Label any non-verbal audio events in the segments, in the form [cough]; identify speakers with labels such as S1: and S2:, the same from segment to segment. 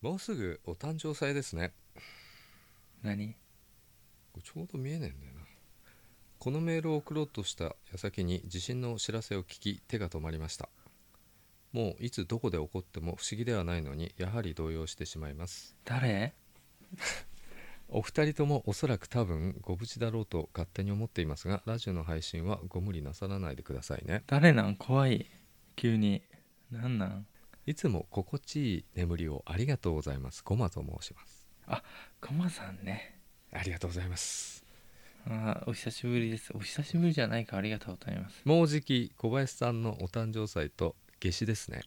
S1: もうすぐお誕生祭ですね
S2: 何
S1: これちょうど見えねえんだよなこのメールを送ろうとした矢先に地震のお知らせを聞き手が止まりましたもういつどこで起こっても不思議ではないのにやはり動揺してしまいます
S2: 誰
S1: お二人ともおそらく多分ご無事だろうと勝手に思っていますがラジオの配信はご無理なさらないでくださいね
S2: 誰なん怖い急になんなん
S1: いつも心地いい眠りをありがとうございますゴマと申します
S2: コマさんね
S1: ありがとうございます
S2: あーお久しぶりですお久しぶりじゃないかありがとうございます
S1: もうじき小林さんのお誕生祭と夏至ですね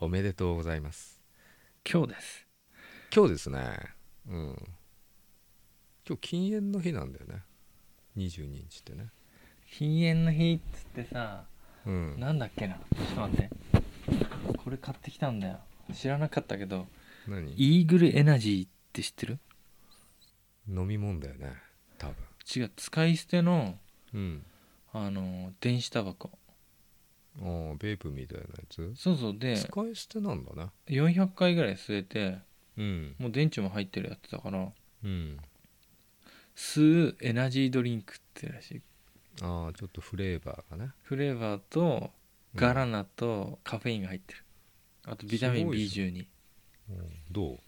S1: おめでとうございます
S2: 今日です
S1: 今日ですねうん今日禁煙の日なんだよね22日ってね
S2: 禁煙の日っつってさ
S1: うん
S2: なんだっけなちょっと待ってこれ買ってきたんだよ知らなかったけど
S1: 何
S2: イーグルエナジーって知ってる
S1: 飲み物だよね多分
S2: 違う使い捨ての
S1: うん
S2: あの電子タバコ
S1: ああベープみたいなやつ
S2: そうそうで
S1: 使い捨てなんだね
S2: 400回ぐらい吸えて
S1: うん
S2: もう電池も入ってるやつだから
S1: うん
S2: 吸うエナジードリンクってらしい
S1: ああちょっとフレーバーがね
S2: フレーバーとガラナとカフェインが入ってる、あとビタミン
S1: すごいじ
S2: B12
S1: うんどう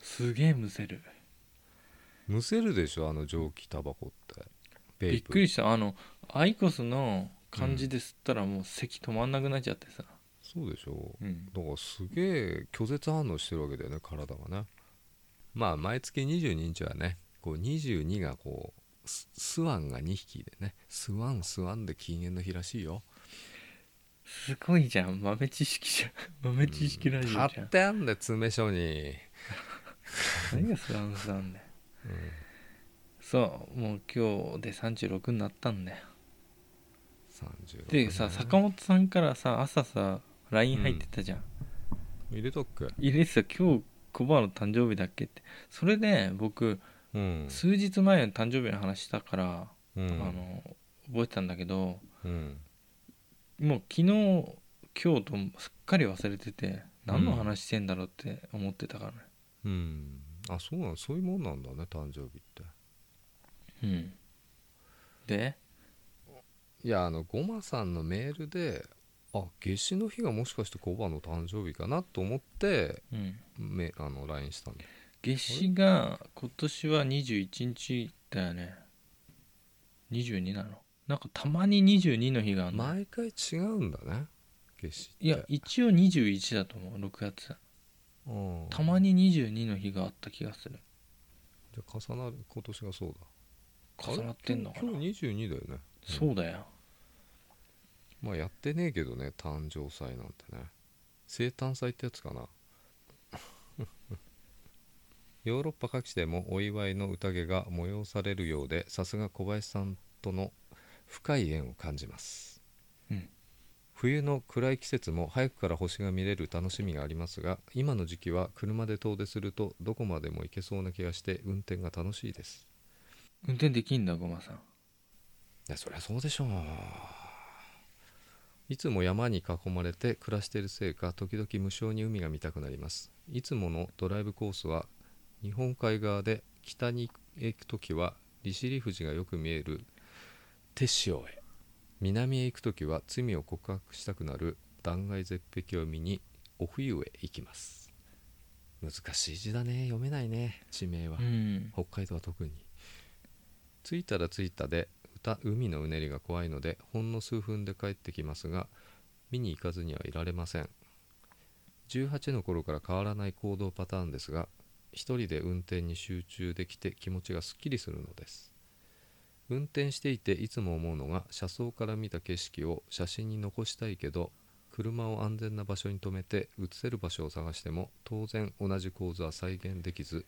S2: すげえむせる
S1: むせるでしょあの蒸気タバコってベープ
S2: びっくりしたあのアイコスの感じで吸ったらもう咳止まんなくなっちゃってさ、
S1: そうでしょ
S2: うん
S1: だからすげえ拒絶反応してるわけだよね体がねまあ毎月22日はねこう22がこうススワンが2匹でねスワンスワンで禁煙の日らしいよ
S2: すごいじゃん豆知識じゃん [laughs] 豆知識ラジオじゃん
S1: 貼ってあんだよ詰め所に
S2: 何がスラムダンだよ、そうもう今日で36になったんだよ
S1: 36
S2: でさ坂本さんからさ朝さ LINE 入ってたじゃん、
S1: 入れとっけ
S2: 入れてた今日コバの誕生日だっけってそれで僕
S1: うん
S2: 数日前の誕生日の話したから、
S1: うん
S2: あの覚えてたんだけど
S1: うん
S2: もう昨日今日とすっかり忘れてて何の話してんだろうって思ってたからね
S1: うんあそうなんそういうもんなんだね誕生日って
S2: うん、で
S1: いやあのゴマさんのメールであ夏至の日がもしかしてコバの誕生日かなと思って
S2: うん
S1: めあの LINE したんだ
S2: 夏至が今年は21日だよね22なのなんかたまに22の日があるの、
S1: 毎回違うんだね夏至って
S2: いや一応21だと思う6月
S1: うん
S2: たまに22の日があった気がする
S1: じゃあ重なる今年がそうだ
S2: 重なってんのか
S1: あれ
S2: な
S1: 今日今日22だよね
S2: そうだよ
S1: まあやってねえけどね誕生祭なんてね生誕祭ってやつかな [laughs] ヨーロッパ各地でもお祝いの宴が催されるようでさすが小林さんとの深い縁を感じます、
S2: うん
S1: 冬の暗い季節も早くから星が見れる楽しみがありますが今の時期は車で遠出するとどこまでも行けそうな気がして運転が楽しいです
S2: 運転できんだごまさん
S1: いやそりゃそうでしょういつも山に囲まれて暮らしているせいか時々無性に海が見たくなりますいつものドライブコースは日本海側で北に行く時は利尻富士がよく見える手塩へ南へ行く時は罪を告白したくなる断崖絶壁を見にお冬へ行きます難しい字だね読めないね地名は
S2: うん
S1: 北海道は特に着いたら着いたで歌海のうねりが怖いのでほんの数分で帰ってきますが見に行かずにはいられません18の頃から変わらない行動パターンですが一人で運転に集中できて気持ちがすっきりするのです運転していていつも思うのが車窓から見た景色を写真に残したいけど車を安全な場所に止めて写せる場所を探しても当然同じ構図は再現できず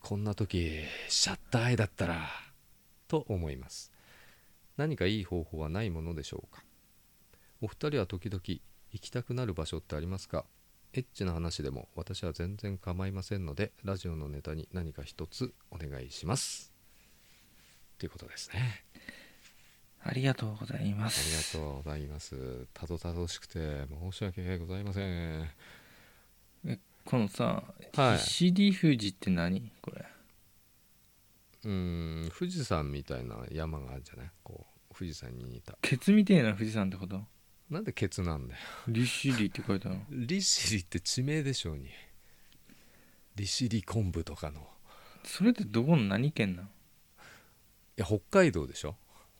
S1: こんな時シャッターアイだったらと思います何かいい方法はないものでしょうかお二人は時々行きたくなる場所ってありますかエッチな話でも私は全然構いませんのでラジオのネタに何か一つお願いしますということですね
S2: ありがとうございま
S1: あ
S2: す
S1: りがとうございますたどたどしくて申し訳ございません
S2: えこのさ、
S1: はい
S2: 西理富士って何これ
S1: うーん富士山みたいな山があるんじゃないこう富士山に似た
S2: ケツみてえな富士山ってこと
S1: なんでケツなんだよ
S2: 利尻って書いてあるの
S1: 利尻って地名でしょうに利尻昆布とかのい
S2: それってどこの何県なの
S1: や北海道でしょ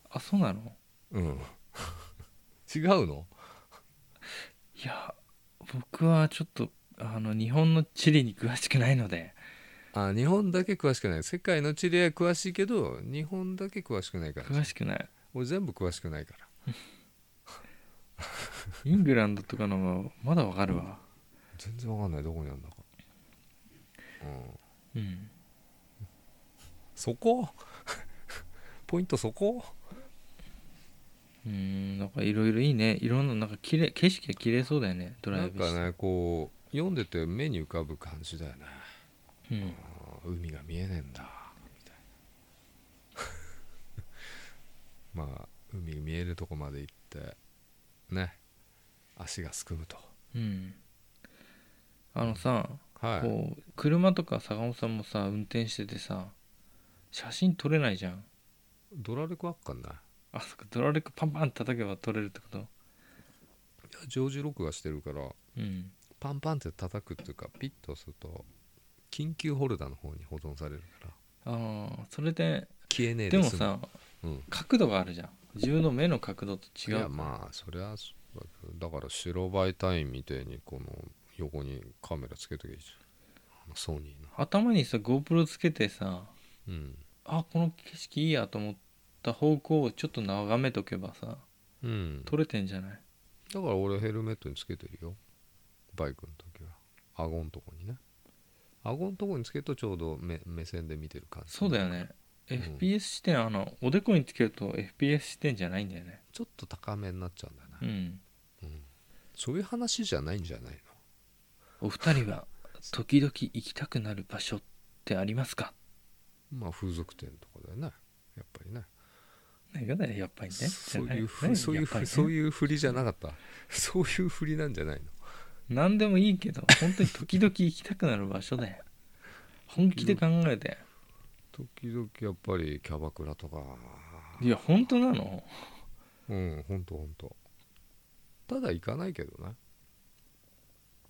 S2: あそうなの
S1: うん [laughs] 違うの
S2: いや僕はちょっとあの日本の地理に詳しくないので
S1: あ日本だけ詳しくない世界の地理は詳しいけど日本だけ詳しくないから
S2: 詳しくない
S1: 俺全部詳しくないから
S2: イングランドとかのもまだわかるわ
S1: 全然わかんないどこにあるんだか、うん、
S2: うん
S1: そこ [laughs] ポイントそこ
S2: うーんなんかいろいろいいねいろんななんか綺麗景色が綺麗そうだよねドラ
S1: な
S2: イ
S1: ん
S2: ブ
S1: か
S2: して
S1: ねこう読んでて目に浮かぶ感じだよね
S2: うん、
S1: あー海が見えねえんだみたいな [laughs] まあ海見えるとこまで行ってね足がすくむと
S2: うん、あのさ、
S1: はい
S2: こう車とか坂本さんもさ運転しててさ写真撮れないじゃん
S1: ドラレコあっかんない
S2: あそっかドラレコパンパン叩けば撮れるってこと
S1: いや常時録画してるから
S2: うん
S1: パンパンって叩くっていうかピッと押すると緊急ホルダーの方に保存されるから
S2: ああそれで
S1: 消えねえ
S2: でも
S1: 済む
S2: さ
S1: うん、
S2: 角度があるじゃん自分の目の角度と
S1: い
S2: 違
S1: や
S2: う
S1: まあそりゃそうだけどだから白バイ隊員みたいにこの横にカメラつけとけばいいじゃんあのソニーの
S2: 頭にさ GoPro つけてさ
S1: うん
S2: あこの景色いいやと思った方向をちょっと眺めとけばさ
S1: うん
S2: 撮れてんじゃない
S1: だから俺ヘルメットにつけてるよバイクの時は顎のとこにね顎のとこにつけるとちょうど目目線で見てる感じ
S2: そうだよね
S1: ん
S2: FPS 視点あのおでこにつけると FPS 視点じゃないんだよね
S1: ちょっと高めになっちゃうんだよね、
S2: うん
S1: そういう話じゃないんじゃないの
S2: お二人は時々行きたくなる場所ってありますか
S1: まあ風俗店とかだよねやっぱりね
S2: なんかねやっぱりね
S1: そういうふ
S2: じゃない
S1: そういうふ
S2: ねやっぱりね
S1: そういうふりじゃなかったそういうふりなんじゃないの
S2: 何でもいいけど本当に時々行きたくなる場所だよ本気で考えて
S1: 時々やっぱりキャバクラとか
S2: いや本当なの
S1: うんほんとほんとただ行かないけどね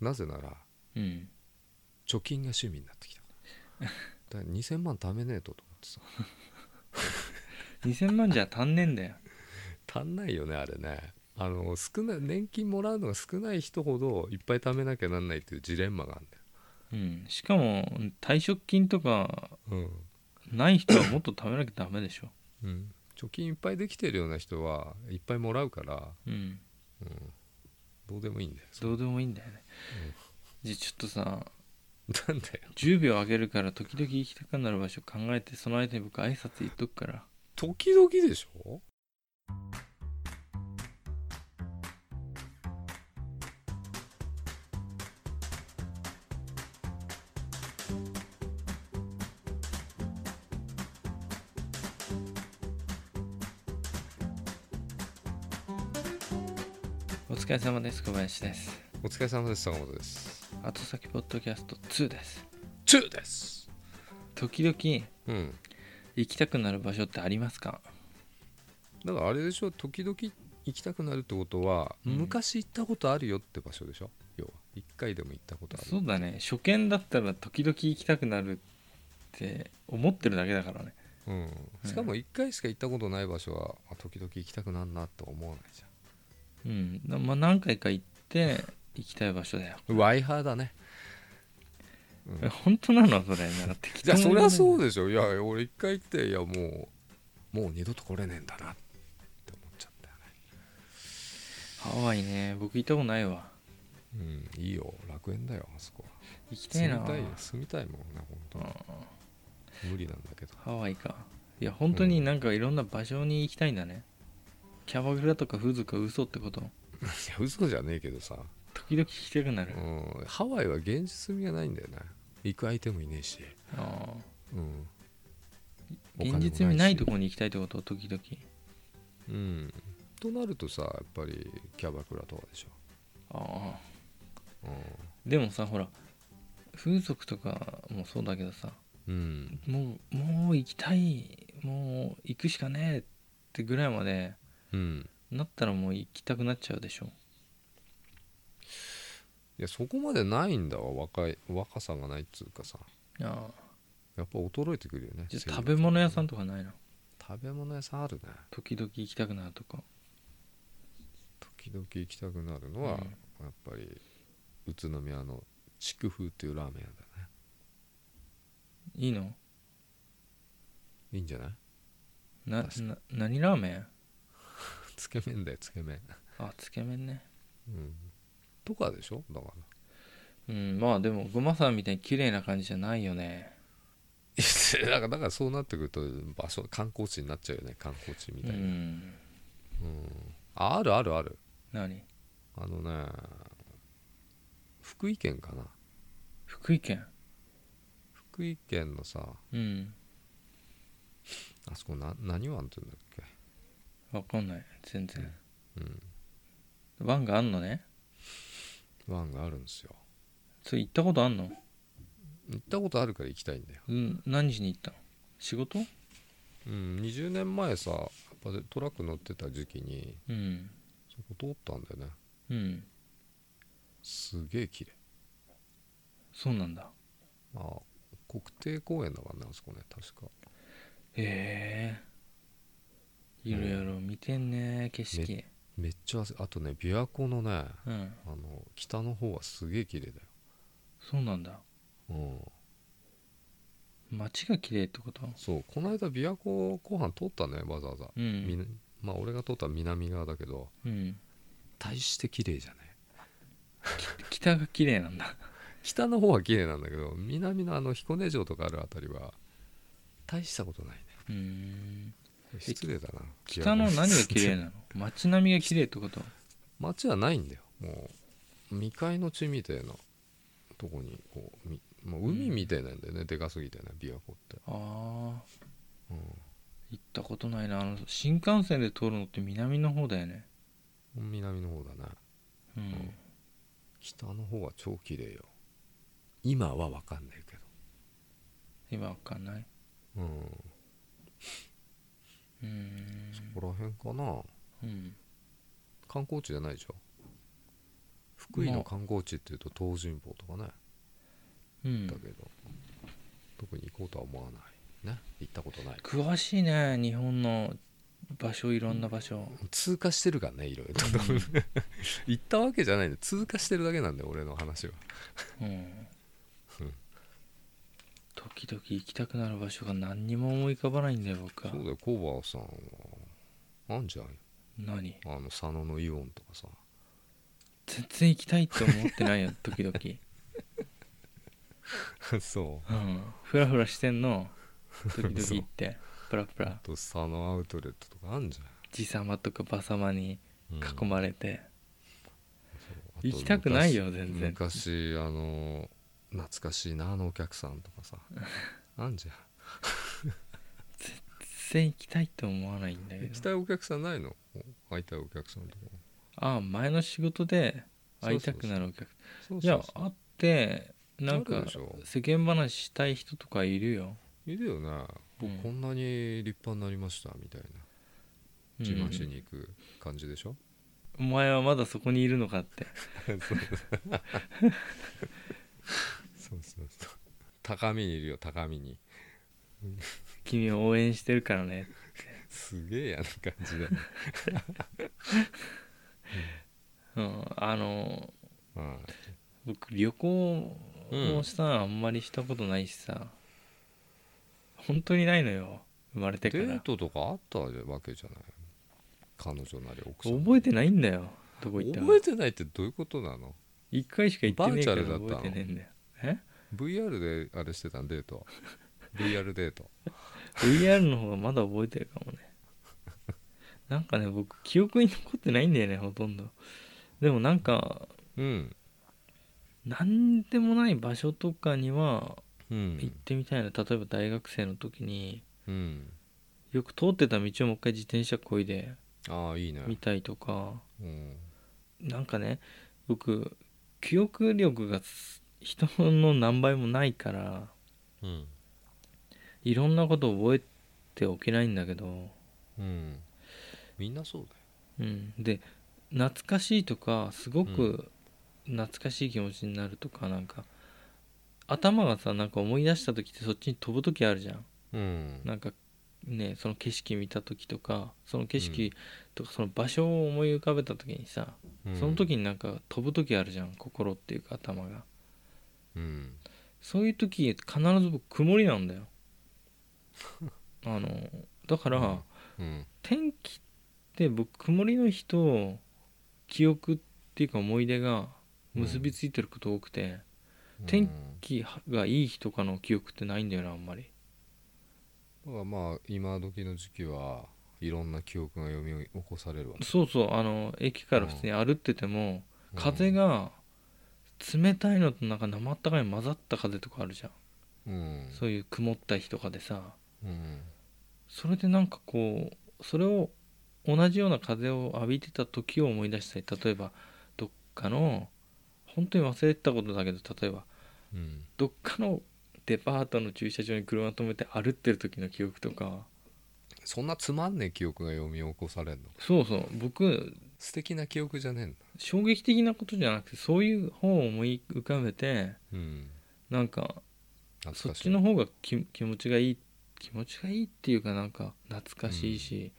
S1: なぜなら
S2: うん
S1: 貯金が趣味になってきたからだから2000万貯めねえとと思って
S2: 2000万じゃ足んねえんだよ
S1: さ足んないよねあれねあの少ない年金もらうのが少ない人ほどいっぱい貯めなきゃなんないっていうジレンマがあるんだよ
S2: うんしかも退職金とか
S1: うん
S2: ない人はもっと貯めなきゃダメでしょ
S1: うん、貯金いっぱいできてるような人はいっぱいもらうから、
S2: うん
S1: うん、どうでもいいんだよ
S2: どうでもいいんだよねじゃあちょっとさ
S1: なんだよ
S2: 10秒あげるから時々行きたくなる場所考えてその間に僕挨拶言っとくから
S1: 時々でしょ
S2: お疲れ様です小林です
S1: お疲れ様です坂本です
S2: 後先ポッドキャスト2です
S1: チューです
S2: 時々
S1: うん
S2: 行きたくなる場所ってありますか
S1: だからあれでしょ時々行きたくなるってことは、
S2: うん
S1: 昔行ったことあるよって場所でしょ要は1回でも行ったことある
S2: そうだね初見だったら時々行きたくなるって思ってるだけだからね
S1: うん、しかも1回しか行ったことない場所はあ時々行きたくなんなと思わないじ
S2: うんなまあ何回か行って行きたい場所だよ
S1: ゃんワイハーだね
S2: え本当なのそれなら適
S1: いや
S2: 当
S1: そりゃそう
S2: う
S1: でしょいや俺一回行っていやもうもう二度と来れねえんだなって思っちゃったよ
S2: ハワイね僕行ったことないわ
S1: ねうんいいよ楽園だよあそこは
S2: 行きた
S1: 住み
S2: いな
S1: たいよ住みたいもんな本当
S2: うん
S1: に無理なんだけど
S2: ハワイかいや本当になんかいろんな場所に行きたいんだね、キャバクラとか風俗は嘘ってこと
S1: いや嘘じゃねえけどさ、
S2: 時々行きたくな
S1: う
S2: る、
S1: ん、ハワイは現実味がないんだよね行く相手もいねえし、
S2: ああ
S1: うん、お金も
S2: 現実味ないところに行きたいってこと時々
S1: うんとなるとさやっぱりキャバクラとかでしょ、
S2: ああ
S1: うん、
S2: でもさほら風俗とかもそうだけどさ
S1: うん
S2: もうもう行きたいもう行くしかねえってぐらいまで
S1: うん
S2: なったらもう行きたくなっちゃうでしょ
S1: いやそこまでないんだわ若い若さがないっつうかさ
S2: ああ
S1: やっぱ衰えてくるよね
S2: じゃあ
S1: 性
S2: 食
S1: 欲
S2: べ物屋さんとかないの
S1: 食べ物屋さんあるね
S2: 時々行きたくなるとか
S1: 時々行きたくなるのは、
S2: うん
S1: やっぱり宇都宮の筑風っていうラーメン屋だね
S2: いいの
S1: いいんじゃ [laughs] ない
S2: な
S1: 確か
S2: な何ラーメン
S1: つけ麺だよつけ麺
S2: あつけ麺ね
S1: うんとかでしょだから
S2: うんまあでもごまさんみたいに綺麗な感じじゃないよね
S1: いやだからだからそうなってくると場所観光地になっちゃうよね観光地み
S2: う
S1: たいな、
S2: ん
S1: ああるあるある
S2: 何
S1: あのね福井県かな
S2: 福井県
S1: 福井県のさ
S2: うん
S1: あそこな何湾って言うんだっけ
S2: わかんない全然
S1: うん
S2: 湾があんのね
S1: 湾があるんですよ
S2: それ行ったことあんの
S1: 行ったことあるから行きたいんだよ
S2: うん何時に行ったの仕事
S1: うん20年前さやっぱりトラック乗ってた時期に
S2: うん
S1: そこ通ったんだよね
S2: うん
S1: すげえ綺麗
S2: そうなんだ
S1: まあ国定公園だからねあそこね確か
S2: へえいろいろ見てんね景色
S1: めっちゃ汗あとね琵琶湖のね
S2: うん
S1: あの北の方はすげえ綺麗だよ
S2: そうなんだ
S1: うん、
S2: 街が綺麗ってこと
S1: そうこの間琵琶湖湖畔通ったねわざわざ、
S2: う
S1: み
S2: ん
S1: なまあ俺が通った南側だけど
S2: うん
S1: 大して綺麗じゃない
S2: 北が綺麗なんだ
S1: 北の方は綺麗なんだけど南のあの彦根城とかあるあたりは大したことないね
S2: うーん
S1: これ失礼だな
S2: 北の
S1: 琵琶湖
S2: 何が綺麗 [laughs] なの街並みが綺麗ってこと
S1: [laughs] 街はないんだよもう未開の地みたいなとこにこうみもう海みたいなんだよね、でかすぎてね琵琶湖って、
S2: ああ
S1: うん、
S2: 行ったことないなあの新幹線で通るのって南の方だよね
S1: 南の方だね
S2: うん
S1: 北の方は超綺麗よ今は分かんないけど
S2: 今わかんない
S1: うん
S2: うーん
S1: そこら辺かな
S2: うん
S1: 観光地じゃないでしょ福井の観光地っていうと東尋坊とかね、
S2: うん
S1: だけど特に行こうとは思わないね行ったことない
S2: 詳しいね日本の場所いろんな場所
S1: 通過してるからねいろいろと行ったわけじゃないんで通過してるだけなんで俺の話は
S2: うん
S1: うん
S2: 時々行きたくなる場所が何にも思い浮かばないんだよ僕は
S1: そうだよコバさんはあんじゃん
S2: 何
S1: あの佐野のイオンとかさ
S2: [laughs] 全然行きたいって思って
S1: [laughs]
S2: ないよ時々
S1: そう
S2: うんフラフラしてんの時々行ってプラプラ
S1: あと佐野アウトレットとかあんじ
S2: 爺様とかば様に
S1: ゃん、うん
S2: 囲まれて、
S1: あと
S2: 行きたくないよ全然
S1: 昔昔あの懐かしいなあのお客さんとかさあんじ
S2: [laughs]
S1: ゃん
S2: 全然行きたいって思わないんだけ
S1: 行き
S2: ど
S1: たいお客さんないの会いたいお客さんとか
S2: ああ前の仕事で会いたくなるお客
S1: そう
S2: いや
S1: そうそう
S2: 会ってなん
S1: あ
S2: か
S1: るでしょ
S2: 世間話したい人とかいるよ、
S1: いるよね
S2: うん
S1: こんなに立派になりましたみたいな自慢しに行く感じでしょ、
S2: お前はまだそこにいるのかって
S1: そうそうそう高みにいるよ高みに
S2: 君を応援してるからね
S1: すげえやな感じ
S2: [laughs]
S1: だね、
S2: うんあの
S1: うん
S2: 僕旅行をしたのあんまりしたことないしさ、本当にないのよ生まれて
S1: デ
S2: から
S1: ートとかあったわけじゃない彼女なり奥さんなり
S2: 覚えてないんだよどこ行ったか
S1: 覚えてないってどういうことなの
S2: 一回しか行ってねえか
S1: バ
S2: ら
S1: ーチャルだ
S2: 覚
S1: ったの
S2: えてねえんだよえ
S1: VR であれしてたんデート VR デート
S2: VR の方がまだ覚えてるかもねなんかね僕記憶に残ってないんだよねほとんどでもなんか
S1: うん
S2: 何でもない場所とかには
S1: う
S2: 行っ
S1: ん
S2: てみたいな例えば大学生の時に
S1: うん
S2: よく通ってた道をもう一回自転車こいで
S1: ああいいね
S2: 見たりとか
S1: うん
S2: なんかね僕記憶力が人の何倍もないから
S1: うん
S2: いろんなことを覚えておけないんだけど、
S1: うんみんなそうだよ
S2: うん、で懐かしいとかすごく懐かしい気持ちになるとかなんか頭がさなんか思い出した時ってそっちに飛ぶ時あるじゃん
S1: うん
S2: なんかねその景色見た時とかその景
S1: う
S2: 色とかその場所を思い浮かべた時にさ、その時になんか飛ぶ時あるじゃん心っていうか頭が
S1: うん
S2: そういう時必ず僕曇りなんだ [laughs] よあのだから、
S1: うん
S2: 天気って僕曇りの日と記憶っていうか思い出が結びついてること多くて、天気がいい日とかの記憶ってないんだよなあんまり
S1: だからまあ今時の時期はいろんな記憶が読み起こされるわけ
S2: そうそうあの駅から普通に歩ってても、風
S1: が
S2: が冷たいのとなんか生あったかいの混ざった風とかあるじゃん、
S1: うん
S2: そういう曇った日とかでさ
S1: うん
S2: それでなんかこうそれを同じような風を浴びてた時を思い出したり例えばどっかの本当に忘れてたことだけど例えば
S1: うん
S2: どっかのデパートの駐車場に車止めて歩ってる時の記憶とか
S1: そんなつまんねえ記憶が読み起こされるの
S2: そうそう僕
S1: 素敵な記憶じゃねえんだ
S2: 衝撃的なことじゃなくてそういう方を思い浮かべて
S1: うん
S2: なんかそ
S1: 懐か
S2: っ
S1: しい
S2: ちの方がき気持ちがいい気持ちがいいっていうかなんか懐かしいし、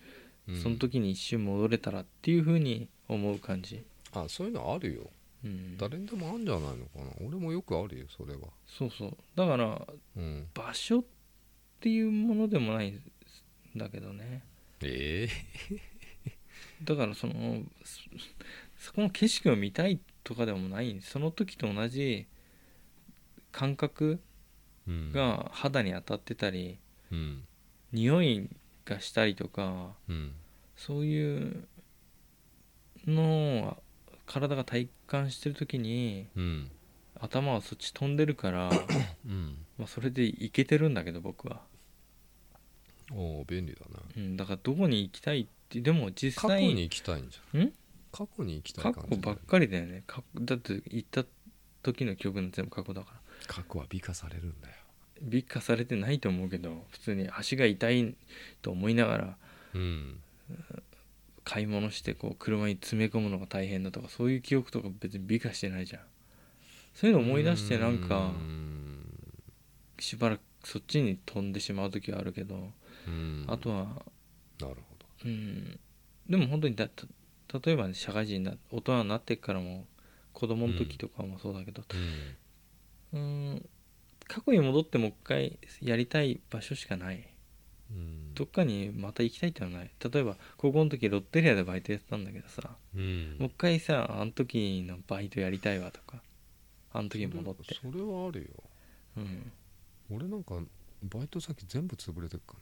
S1: うん
S2: その時に一瞬戻れたらっていう風に思う感じ、
S1: あそういうのあるよ
S2: うん、
S1: 誰にでもあるんじゃないのかな俺もよくあるよそれは
S2: そうそうだから
S1: うん
S2: 場所っていうものでもないんだけどね
S1: ええ
S2: だからそのそそこの景色を見たいとかでもないその時と同じ感覚
S1: うん
S2: が肌に当たってたり、
S1: うん
S2: 匂いがしたりとか
S1: うん
S2: そういうのを体が体感してる時に
S1: うん
S2: 頭はそっち飛んでるから
S1: うん
S2: まあそれでいけてるんだけど僕は、
S1: おお便利だね
S2: うん、だからどこに行きたいってでも実
S1: 過去
S2: 際
S1: に行きたいんじゃ
S2: ん
S1: 過去に行きたい
S2: 過
S1: 感
S2: 去
S1: じ
S2: ばっかりだよね過去だって行った時の記憶の全部過去だから
S1: 過去は美化されるんだよ
S2: 美化されてないと思うけど普通に足が痛いと思いながら
S1: うん
S2: 買い物してこう車に詰め込むのが大変だとかそういう記憶とか別に美化してないじゃんそういうの思い出してなん
S1: う
S2: か
S1: ん
S2: しばらくそっちに飛んでしまう時はあるけど
S1: うん
S2: あとは
S1: なるほど
S2: うんでも本当にだた例えばね社会人な大人になってからも子供の時とかもそうだけど
S1: うん
S2: うん過去に戻ってもう一回やりたい場所しかない
S1: うん
S2: どっかにまた行きたいってのはない例えば高校の時ロッテリアでバイトやってたんだけどさ
S1: うん
S2: もう一回さあの時のバイトやりたいわとかあの時に戻って
S1: それはあるよ
S2: うん
S1: 俺なんかバイト先全部潰れてっか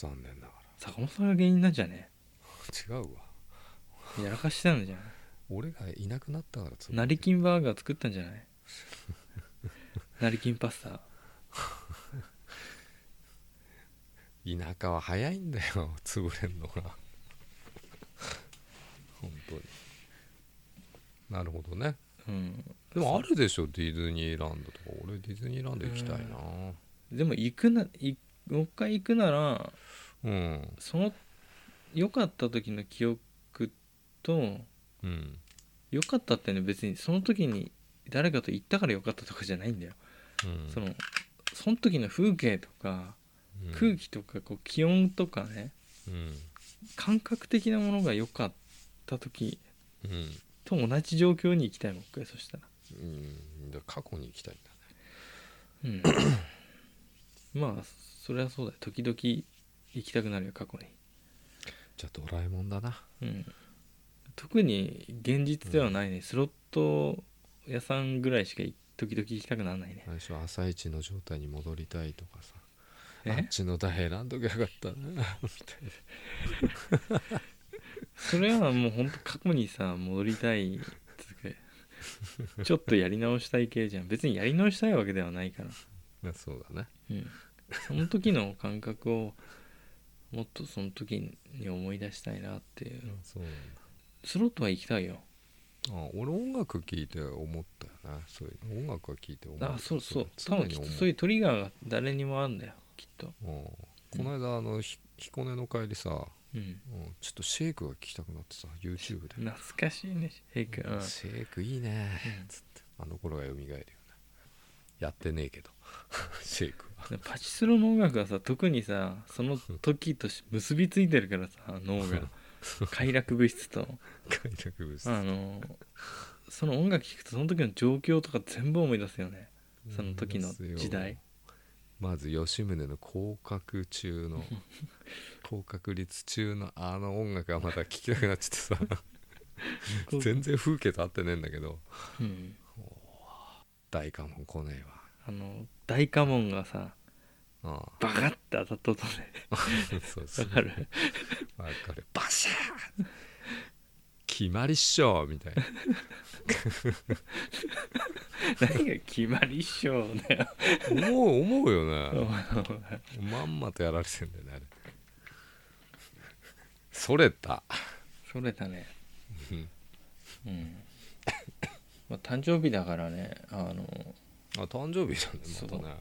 S1: らな残念なが
S2: 坂本さんが原因なんじゃね
S1: ら違うわ
S2: やらかしたんじゃない
S1: 俺がいなくなったから潰れてる
S2: 成金バーガー作った
S1: [laughs]
S2: んじゃない成金パスタ
S1: 田舎は早いんだよ [laughs] 潰れんのが本当になるほどね
S2: うん
S1: でもあるでしょディズニーランドとか俺ディズニーランド行きたいな
S2: でも行くないもう一回行くなら
S1: うん
S2: その良かった時の記憶と
S1: うん
S2: 良かったってね別にその時に誰かと行ったから良かったとかじゃないんだよ
S1: うん
S2: そのその時の風景とか空気とかこう気温とかね
S1: うん
S2: 感覚的なものが良かった時
S1: うん、
S2: と同じ状況に行きたいもん一回そしたら
S1: うん、だから過去に行きたいんだね
S2: うん [coughs] まあそれはそうだよ時々行きたくなるよ過去
S1: じゃあドラえもんだな
S2: にうん特に現実ではないね、スロット屋さんぐらいしかい時々行きたくならないね
S1: 最初朝一の状態に戻りたいとかさあっ
S2: え
S1: ちの台選んどきゃよかったなみたいな
S2: それはもうほんと過去にさ戻りたいつうかちょっとやり直したい系じゃん別にやり直したいわけではないから
S1: まあそうだね
S2: うん、その時の感覚をもっとその時に思い出したいなっていう、
S1: そうなんだ
S2: スロットは行きたいよ
S1: あ俺音楽聴いて思ったよねそういう音楽を聴いて思った
S2: あそうそう多
S1: 常に
S2: 分きっ
S1: 思
S2: と
S1: う
S2: そういうトリガーが誰にもあるんだよきっと
S1: うんこの間あのひ彦根の帰りさ、
S2: うん
S1: うんちょっとシェイクが聴きたくなってさ YouTube で、
S2: 懐かしいねヘイクうん
S1: シェイクいいね
S2: うん
S1: つってあの頃が蘇るよねやってねえけどシェイクは
S2: でパチスロの音楽はさ特にさその時とし結びついてるからさ脳 [laughs] が快楽物質と
S1: 快楽物質
S2: あのその音楽聴くとその時の状況とか全部思い出すよねその時の時代
S1: まず吉宗の降格中
S2: [laughs]
S1: の降格率中のあの音楽がまた聴きたくなっちゃっ
S2: [laughs]
S1: てさ全然風景と合ってねえんだけど
S2: うん、
S1: 大関門来ね
S2: あの大家門がさ
S1: えわあ
S2: バカって当たった音
S1: あそう
S2: で
S1: そう
S2: わかる
S1: わかるバシャー決まりっしょみたいな
S2: 何が決まりっしょだよ
S1: 思う思うよね
S2: う
S1: まんまとやられてんだよねあれそれた
S2: それだね
S1: うん
S2: うんまあ誕生日だからねあの
S1: あ誕生日なんだまたね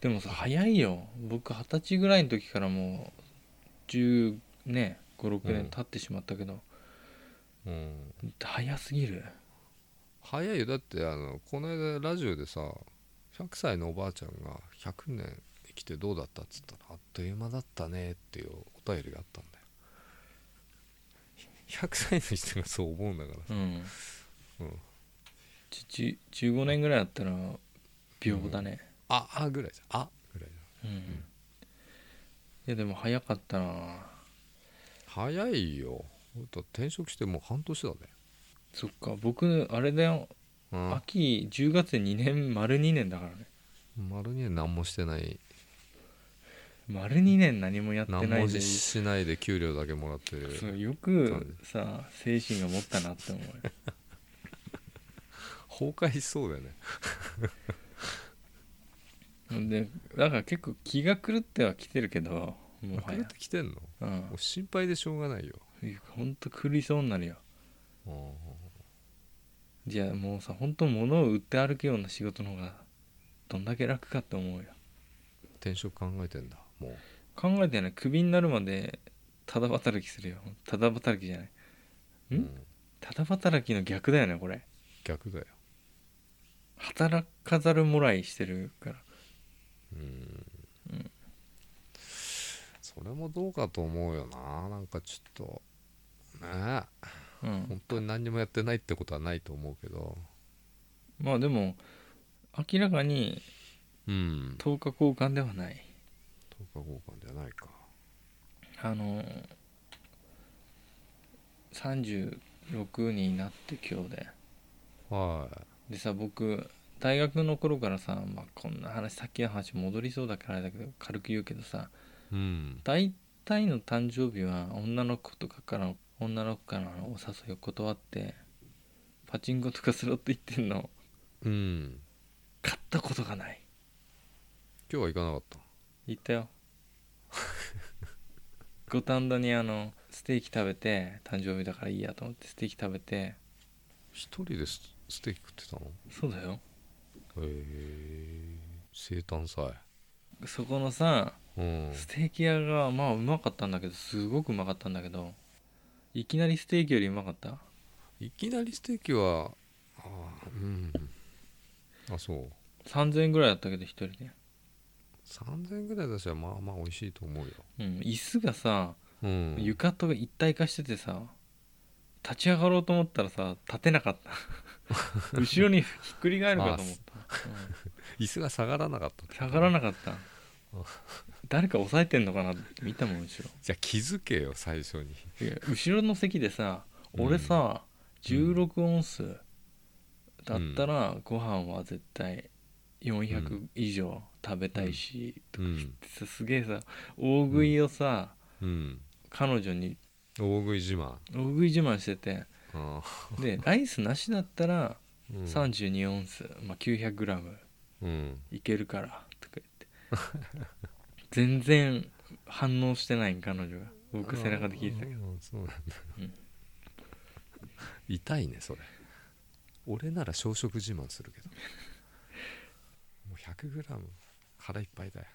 S2: でもさ早いよ僕二十歳ぐらいの時からもう10ね56
S1: うん
S2: 年経ってしまったけど、
S1: うん
S2: 早すぎる
S1: 早いよだってあのこの間ラジオでさ100歳のおばあちゃんが100年生きてどうだったっつったらあっという間だったねっていうお便りがあったんだよ100歳の人がそう思うんだからさ
S2: うん
S1: うん
S2: ちち15年ぐらいだったら秒だね
S1: ああぐらいじゃんあぐらいじ
S2: うん、いやでも早かったな
S1: ゃん早いよほんと転職してもう半年だね
S2: そっか僕あれだよ、
S1: うん
S2: 秋10月で2年丸2年だからね
S1: 丸に何もしてない
S2: 丸2年何もやって
S1: 何
S2: な
S1: も
S2: いで
S1: しないで給料だけもらってる
S2: そうよくさ精神が持ったなって思うよ
S1: 崩壊しそうだよね
S2: でだから結構気が狂っては来てるけども
S1: な
S2: う
S1: く
S2: 早
S1: なっ
S2: い
S1: てきてんのも
S2: うん
S1: う心配でしょうがないよ、
S2: ほんと狂いそうになるよ
S1: うん
S2: じゃあもうさほんと物を売って歩くような仕事の方がどんだけ楽かって思うよ
S1: 転職考えてんだもう
S2: 考えてないクビになるまでただ働きするよただ働きじゃないん
S1: うん
S2: ただ働きの逆だよねこれ
S1: 逆だよ
S2: 働かざるもらいしてるから
S1: うんそれもどうかと思うよななんかちょっとねえ
S2: うん
S1: 本当に何にもやってないってことはないと思うけど
S2: まあでも明らかに
S1: うん
S2: 10日交換ではない
S1: 等価交換じゃないか
S2: あの36になって今日で
S1: はい
S2: でさ僕大学の頃からさ、まあ、こんな話さっきの話戻りそうだからあれだけど軽く言うけどさ
S1: うん
S2: 大体の誕生日は女の子とかからの女の子からのお誘いを断ってパチンコとかスロット行ってんの
S1: うん
S2: 買ったことがない
S1: 今日は行かなかった
S2: 行ったよ五反田にあのステーキ食べて誕生日だからいいやと思ってステーキ食べて
S1: 一人でスステーキ食ってたの
S2: そうだよ
S1: へえ生誕祭
S2: そこのさ
S1: うん
S2: ステーキ屋がまあうまかったんだけどすごくうまかったんだけどいきなりステーキよりうまかった
S1: いきなりステーキはああうんあそう
S2: 3000円ぐらいだったけど一人で
S1: 3000円ぐらいだしはまあまあ美味しいと思うよ
S2: うん椅子がさ
S1: うん
S2: 床と一体化しててさ立ち上がろうと思ったらさ立てなかった
S1: [laughs]
S2: 後ろにひっくり返るかと思った、うん
S1: 椅子が下がらなかったって
S2: 下がらなかった誰か押さえてんのかなって見たもん後
S1: じゃあ気づけよ最初に
S2: ろいや後ろの席でさ
S1: うん
S2: 俺さ、16オンスだったらご飯は絶対
S1: う
S2: 400以上食べたいし、
S1: うん
S2: さすげえさ大食いをさ、
S1: うん
S2: 彼女に
S1: 大食い自慢
S2: 大食い自慢してて
S1: ああ [laughs]
S2: でライスなしだったら
S1: うん
S2: 32オンス、まあ、900g
S1: うん
S2: いけるからとか言って [laughs] 全然反応してないん彼女が僕背中で聞いてたけど
S1: うんそうなんだ
S2: うん
S1: 痛いねそれ俺なら小食自慢するけどもう 100g 腹いっぱいだよ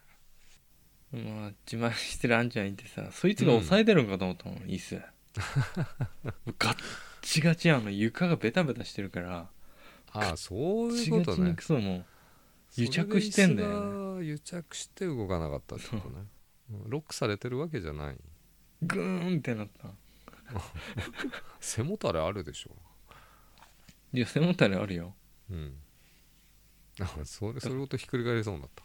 S2: まあ自慢してるあんちゃんいてさそいつが抑えてるんかと思ったもん、椅子もうガッチガチやんあの床がベタベタしてるから
S1: ああそういうこ
S2: ガチガ
S1: と
S2: チに
S1: ね
S2: クソもう癒着してんだよね
S1: それで椅子が癒着して動かなかったってこと
S2: [laughs]
S1: ねうんロックされてるわけじゃない
S2: グーンってなった
S1: 背もたれあるでしょ
S2: いや背もたれあるよ
S1: うんあそれそれごとひっくり返りそうになった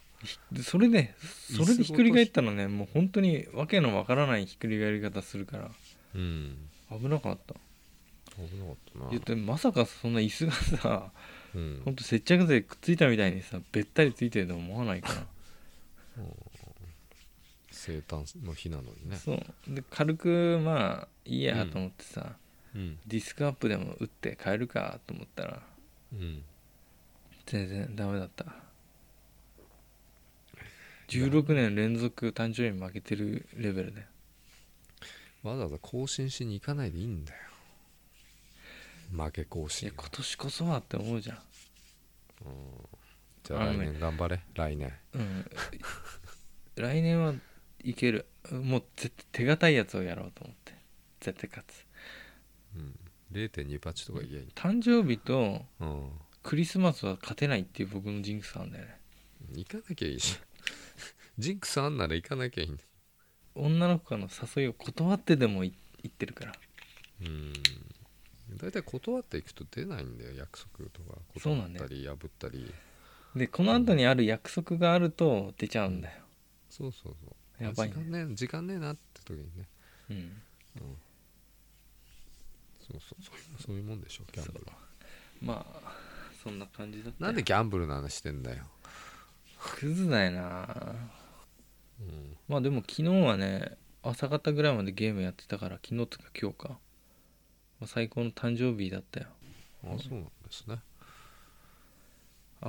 S2: でそれでそれ
S1: 椅子ごと
S2: でひっくり返ったのねもう本当にわけのわからないひっくり返り方するから
S1: うん
S2: 危なかった
S1: 危なかったな
S2: 言ってまさかそんな椅子がさ [laughs]
S1: うん
S2: ほんと接着剤くっついたみたいにさべったりついてると思わないから
S1: 生誕の日なのにね
S2: そうで軽くまあいいや
S1: うん
S2: と思ってさ、
S1: うん
S2: ディスクアップでも打って変えるかと思ったら
S1: うん
S2: 全然ダメだった16年連続誕生日に負けてるレベルで
S1: わざわざ更新しに行かないでいいんだよ負け更
S2: い
S1: 新
S2: や今年こそはって思うじゃん、
S1: じゃあ
S2: あ
S1: 来
S2: のね
S1: 年頑張れ来年
S2: うん、来年はいけるもう絶対手堅いやつをやろうと思って絶対勝つ
S1: うん0.2パチとか言えいい
S2: 誕生日と
S1: うん
S2: クリスマスは勝てないっていう僕のジンクスなんだよね
S1: 行かなきゃいいじゃんジンクさんなら行かなきゃいいんだ
S2: 女の子からの誘いを断ってでもい行ってるから
S1: うん大体断っていくと出ないんだよ約束とか
S2: そう
S1: 断
S2: な
S1: っ
S2: んだ
S1: た
S2: よ
S1: り破ったり
S2: でこの後にある約束があると出ちゃうんだよ、
S1: そうそうそう
S2: やばい
S1: あ
S2: ね
S1: 時間ね時間ねえなって時にね
S2: うん、
S1: そうそうそうそういうもんでしょギャンブルは
S2: まあそんな感じだったよ
S1: なんでギャンブルの話してんだよ、
S2: クズだよな
S1: うん、
S2: まあでも昨日はね朝方ぐらいまでゲームやってたから昨日とか今日か、まあ、最高の誕生日だったよ
S1: あそうなんですね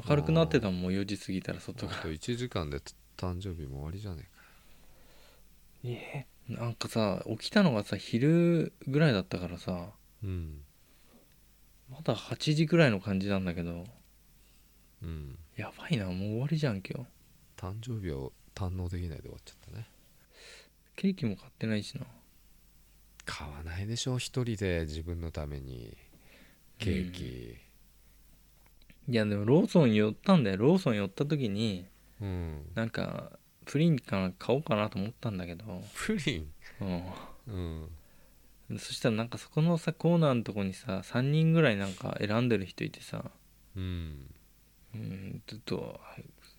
S2: 明るくなってたもんもう4時過ぎたら外が
S1: あと1時間でつ誕生日も終わりじゃねえか
S2: えなんかさ起きたのがさ昼ぐらいだったからさ
S1: うん
S2: まだ8時ぐらいの感じなんだけど
S1: うん
S2: やばいなもう終わりじゃん今日
S1: 誕生日を堪能できないで終わっちゃったね
S2: ケーキも買ってないしな
S1: 買わないでしょ一人で自分のためにケーキ
S2: いやでもローソン寄ったんだよローソン寄った時に
S1: うん、
S2: なんかプリンかな買おうかなと思ったんだけど、
S1: プリンう
S2: う
S1: ん
S2: ん、そしたらなんかそこのさコーナーのとこにさ3人ぐらいなんか選んでる人いてさ
S1: うん
S2: うんちょっと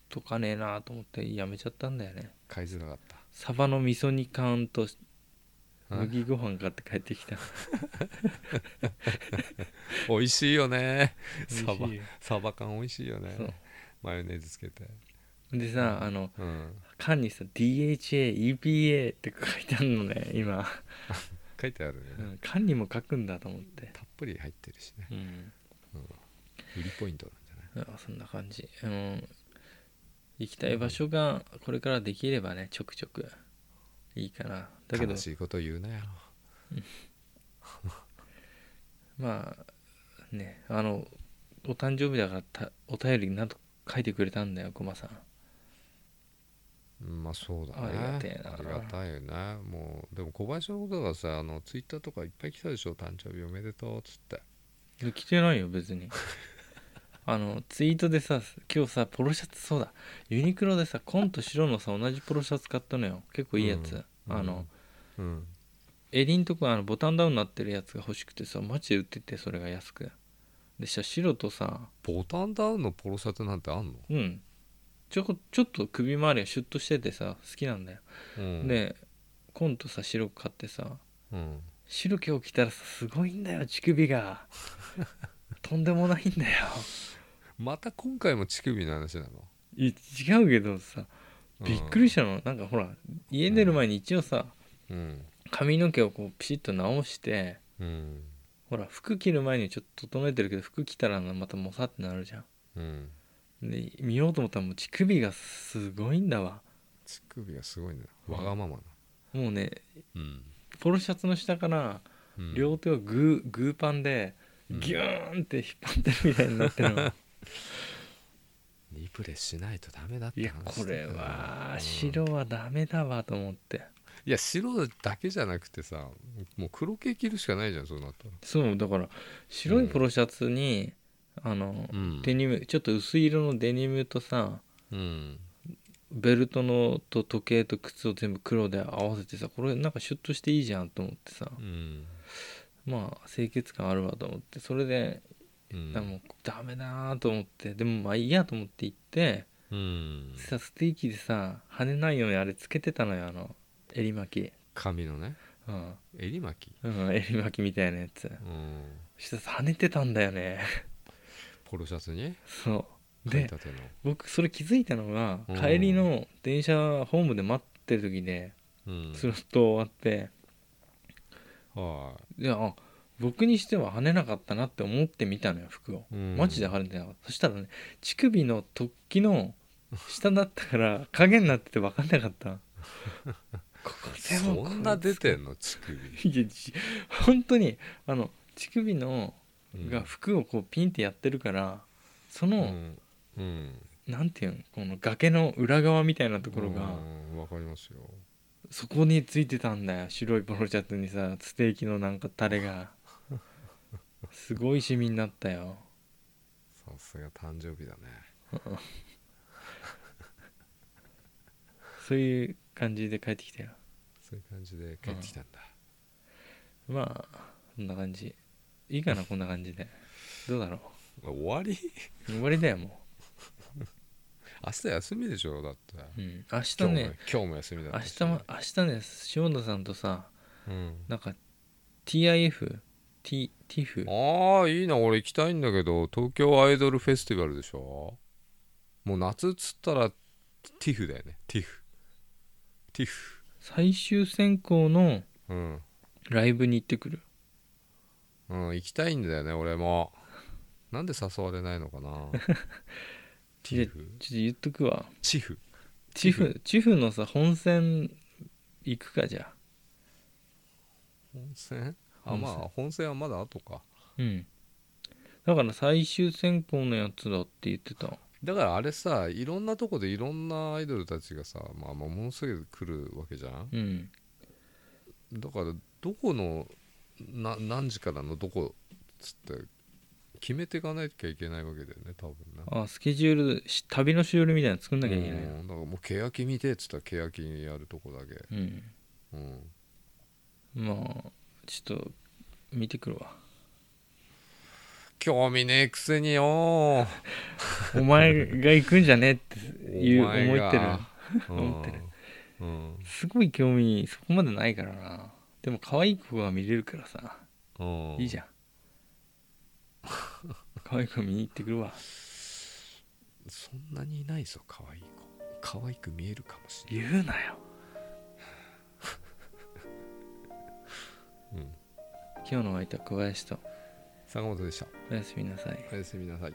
S2: とかねえなと思ってやめちゃったんだよね
S1: 買いづらかった
S2: サバの味噌煮缶と
S1: あ
S2: 麦ご飯買って帰ってきた
S1: 美味しいよねサ
S2: [laughs] 美
S1: バ
S2: 味しいよ
S1: サバ缶美味しいよね
S2: そう
S1: マヨネーズつけて
S2: でさあの
S1: うん
S2: 缶にさ DHAEPA って書いてあるのね今、
S1: 書いてあるよね、
S2: うん、缶にも書くんだと思って
S1: たっぷり入ってるしね
S2: うん
S1: 売りポイントなんじゃない
S2: あそんな感じ、うん、行きたい場所がこれからできればねちょくちょくいいかなだけど
S1: 悲しいこと言うなよ
S2: まあねあのお誕生日だからたお便りなど書いてくれたんだよごまさん
S1: まあそうだね
S2: ありがてえな
S1: ありがたいよねもうでも小林のことがさあのツイッターとかいっぱい来たでしょ誕生日おめでとうっつって
S2: いや来てないよ
S1: [laughs]
S2: 別にあのツイートでさ今日さポロシャツそうだユニクロでさ紺と白のさ同じポロシャツ買ったのよ結構いいやつ、
S1: うん
S2: あの、
S1: うん
S2: 襟んとこあのボタンダウンになってるやつが欲しくてさマジで売っててそれが安くでしたら白とさ
S1: ボタンダウンのポロシャツなんてあんの、
S2: うんちょこちょっと首周りがシュッとしててさ好きなんだよ、
S1: うん、
S2: でコントさ白く買ってさ
S1: うん、
S2: 白今日着たらさすごいんだよ乳首
S1: [laughs]
S2: がとんでもないんだよ
S1: また今回も乳首の話なの
S2: いや違うけどさびっくりしたの、なんかほら家出る前に一応さ
S1: うん
S2: 髪の毛をこうピシッと直して
S1: うん
S2: ほら服着る前にちょっと整えてるけど服着たらまたモサってなるじゃん
S1: うん
S2: で見ようと思ったらもう乳首がすごいんだわ
S1: 乳首がすごいねわがままな
S2: もうね
S1: うん、
S2: ポロシャツの下から
S1: うん
S2: 両手をグーグーパンで
S1: うん
S2: ギューンって引っ張ってるみたいになってる
S1: [laughs]
S2: の
S1: リプレイしないとダメだって
S2: い
S1: い
S2: やこれは白
S1: うん
S2: はダメだわと思って
S1: いや白だけじゃなくてさもう黒系着るしかないじゃんそうなったら
S2: そうだから白いポロシャツに、あの、
S1: うん
S2: デニムちょっと薄い色のデニムとさ
S1: うん
S2: ベルトのと時計と靴を全部黒で合わせてさこれなんかシュッとしていいじゃんと思ってさ
S1: うん
S2: まあ清潔感あるわと思ってそれで
S1: うん
S2: だからもうダメだなと思ってでもまあいいやと思って行って
S1: うん
S2: さステーキでさ跳ねないようにあれつけてたのよあの襟巻き
S1: 髪のね
S2: うん、
S1: 襟巻き、
S2: うん、襟巻きみたいなやつ
S1: うん、
S2: そしたら跳ねてたんだよね [laughs]
S1: ポロシャツに
S2: そう
S1: 買い
S2: で
S1: たての
S2: 僕それ気づいたのが
S1: うん
S2: 帰りの電車ホームで待ってる時で
S1: うん
S2: スロット終わって
S1: はい
S2: やあ僕にしては跳ねなかったなって思ってみたのよ服を
S1: い、うん
S2: マジで跳ねてなかったそしたらね乳首の突起の下だったから
S1: [laughs]
S2: 影になってて分かんなかったここでも
S1: そんな出てんの乳首
S2: いやじ本当にあの乳首の
S1: うん
S2: が服をこうピンってやってるからそうの、
S1: ん、うん、
S2: なんていうのこの崖の裏側みたいなところが、
S1: うんわかりますよ
S2: そこについてたんだよ白いポロシャツにさステーキのなんかタ
S1: [laughs]
S2: レがすごいシミになったよ
S1: さすが誕生日だね
S2: そういう感じで帰ってきたよ
S1: そういう感じで帰ってきたんだ、
S2: まあこんな感じいいかなこんな感じでどうだろ
S1: 終わり
S2: う終わりだよも
S1: 明日休みでしょだって、
S2: う、うん、明日
S1: 今日も
S2: ね
S1: 今日も休みだっ
S2: 明
S1: たし
S2: 日も明日ね塩田さんとさ
S1: うん
S2: なんか TIF T TIF
S1: ああいいな俺行きたいんだけど東京アイドルフェスティバルでしょもう夏っつったらティフだよねティフティフ
S2: 最終選考の
S1: うん、
S2: ライブに行ってくる
S1: うん、行きたいんだよね俺もなんで誘われないの
S2: [laughs]
S1: かなティフ
S2: ちょっと言っとくわ
S1: チフ
S2: チ
S1: チ
S2: フチフのさ本戦行くかじゃあ
S1: 本戦あまあ
S2: 本
S1: 本戦はまだ後か
S2: うんだから最終選考のやつだって言ってた
S1: だからあれさいろんなとこでいろんなアイドルたちがさ、まあ、まあものすごい来るわけじゃん
S2: うん
S1: だからどこのな何時からのどこっつって決めていかなきゃいけないわけだよね多分ね
S2: あスケジュールし旅のしおりみたいなの作んなきゃいけないな
S1: うんだからもう欅見てっつったら欅やるとこだけ
S2: うん、
S1: うん
S2: まあちょっと見てくるわ
S1: 興味ねえくせに
S2: [laughs]
S1: よ
S2: お前が行くんじゃねえっていう
S1: お
S2: 思
S1: 前が
S2: ってる
S1: うん
S2: [laughs] 思ってる
S1: うん
S2: すごい興味そこまでないからなでも可愛い子が見れるからさ
S1: うん
S2: いいじゃん可愛い子見に行ってくるわ
S1: そんなにいないぞ可愛い子可愛く見えるかもしれない
S2: 言うなよ
S1: うん
S2: 今日のお相手は小林と
S1: 坂本でした
S2: おやすみなさい
S1: おやすみなさい